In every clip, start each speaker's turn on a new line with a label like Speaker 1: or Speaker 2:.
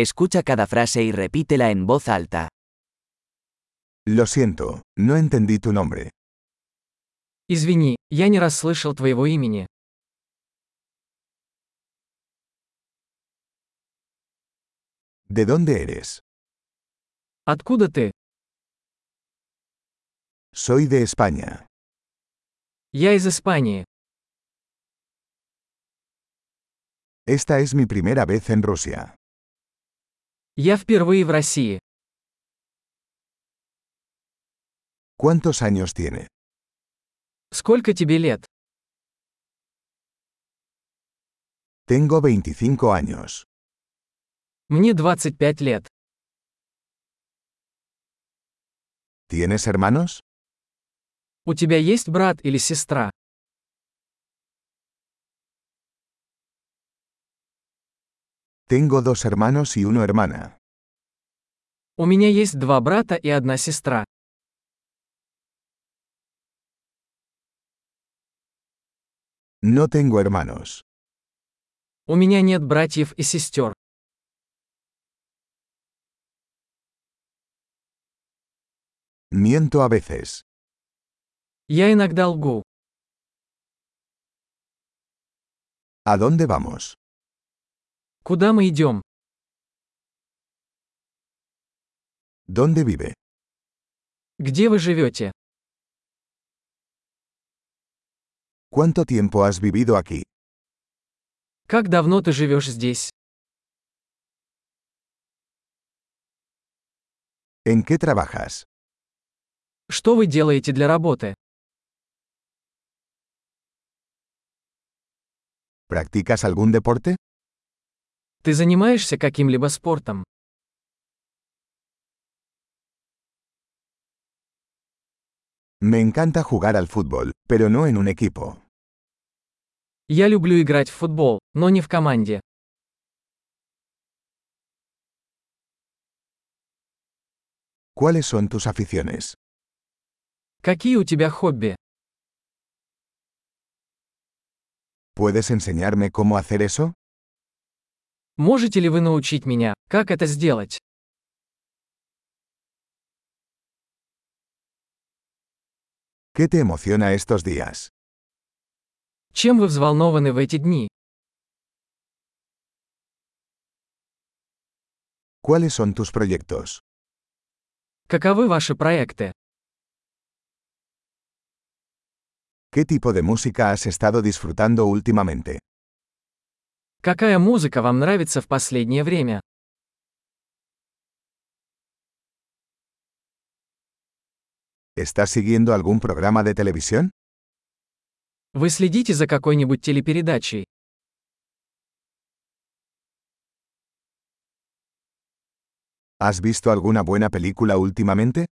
Speaker 1: Escucha cada frase y repítela en voz alta.
Speaker 2: Lo siento, no entendí tu nombre.
Speaker 3: Извини, я не расслышал твоего имени.
Speaker 2: ¿De dónde eres?
Speaker 3: Откуда ты?
Speaker 2: Soy de España.
Speaker 3: Я из Испании.
Speaker 2: Esta es mi primera vez en Rusia.
Speaker 3: Я впервые в России.
Speaker 2: ¿Cuántos años tiene?
Speaker 3: Сколько тебе лет?
Speaker 2: Tengo 25 años.
Speaker 3: Мне 25 лет.
Speaker 2: ¿Tienes hermanos?
Speaker 3: У тебя есть брат или сестра?
Speaker 2: Tengo dos hermanos y una hermana.
Speaker 3: У меня есть два брата и одна сестра.
Speaker 2: No tengo hermanos.
Speaker 3: У меня нет братьев и сестер.
Speaker 2: Miento a veces.
Speaker 3: Я иногда лгу.
Speaker 2: ¿A dónde vamos?
Speaker 3: Куда мы идем?
Speaker 2: ¿Dónde vive?
Speaker 3: Где вы живете?
Speaker 2: ¿Cuánto tiempo has vivido aquí?
Speaker 3: Как давно ты живешь здесь?
Speaker 2: ¿En qué trabajas?
Speaker 3: Что вы делаете для работы?
Speaker 2: ¿Practicas algún deporte?
Speaker 3: Ты занимаешься каким-либо спортом?
Speaker 2: Me encanta jugar al fútbol, pero no en un equipo.
Speaker 3: Я люблю играть в футбол, но не в команде.
Speaker 2: ¿Cuáles son tus aficiones?
Speaker 3: Какие у тебя хобби?
Speaker 2: ¿Puedes enseñarme cómo hacer eso?
Speaker 3: Можете ли вы научить меня, как это сделать?
Speaker 2: ¿Qué te emociona estos días?
Speaker 3: Чем вы взволнованы в эти дни?
Speaker 2: ¿Cuáles son tus proyectos?
Speaker 3: Каковы ваши проекты?
Speaker 2: ¿Qué tipo de música has estado disfrutando últimamente?
Speaker 3: Какая музыка вам нравится в последнее время?
Speaker 2: ¿Estás siguiendo algún programa de televisión?
Speaker 3: Вы следите за какой-нибудь телепередачей?
Speaker 2: ¿Has visto alguna buena película últimamente?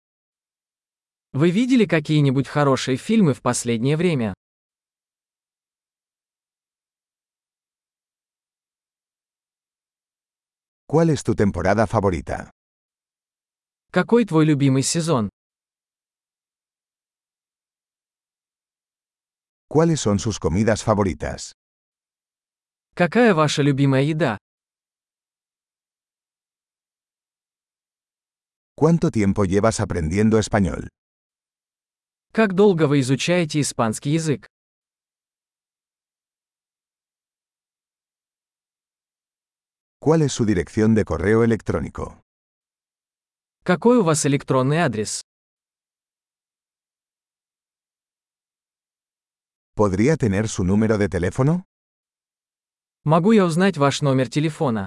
Speaker 3: Вы видели какие-нибудь хорошие фильмы в последнее время?
Speaker 2: ¿Cuál es tu temporada favorita?
Speaker 3: Какой твой любимый сезон?
Speaker 2: ¿Cuáles son sus comidas favoritas?
Speaker 3: Какая ваша любимая еда?
Speaker 2: ¿Cuánto tiempo llevas aprendiendo español?
Speaker 3: Как долго вы изучаете испанский язык?
Speaker 2: ¿Cuál es su dirección de correo electrónico?
Speaker 3: Какой у вас электронный адрес?
Speaker 2: ¿Podría tener su número de teléfono?
Speaker 3: Могу я узнать ваш номер телефона?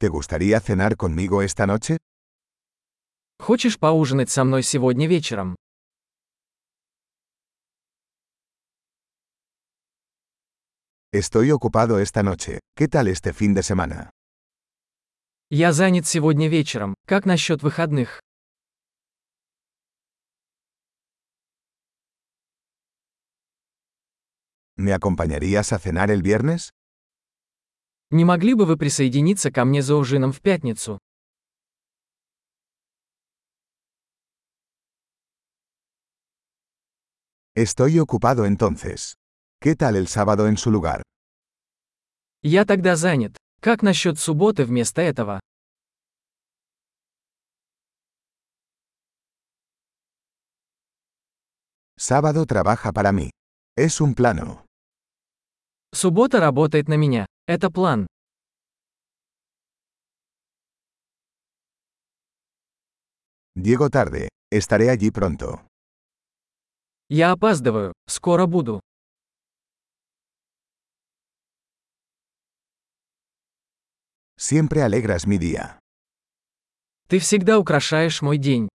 Speaker 2: ¿Te gustaría cenar conmigo esta noche?
Speaker 3: Хочешь поужинать со мной сегодня вечером?
Speaker 2: Estoy ocupado esta noche. ¿Qué tal este fin de semana?
Speaker 3: Я занят сегодня вечером. Как насчет выходных?
Speaker 2: ¿Me acompañarías a cenar el viernes?
Speaker 3: Не могли бы вы присоединиться ко мне за ужином в пятницу?
Speaker 2: Estoy ocupado entonces. ¿Qué tal el sábado en su lugar?
Speaker 3: Я тогда занят. Как насчет субботы вместо этого?
Speaker 2: Sábado trabaja para mí. Es un plano.
Speaker 3: Суббота работает на меня. Это план.
Speaker 2: Llego tarde. Estaré allí pronto.
Speaker 3: Я опаздываю. Скоро буду.
Speaker 2: Siempre alegras mi día.
Speaker 3: Ты всегда украшаешь мой день.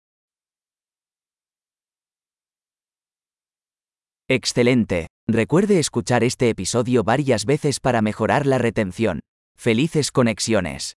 Speaker 1: Excelente. Recuerde escuchar este episodio varias veces para mejorar la retención. Felices conexiones.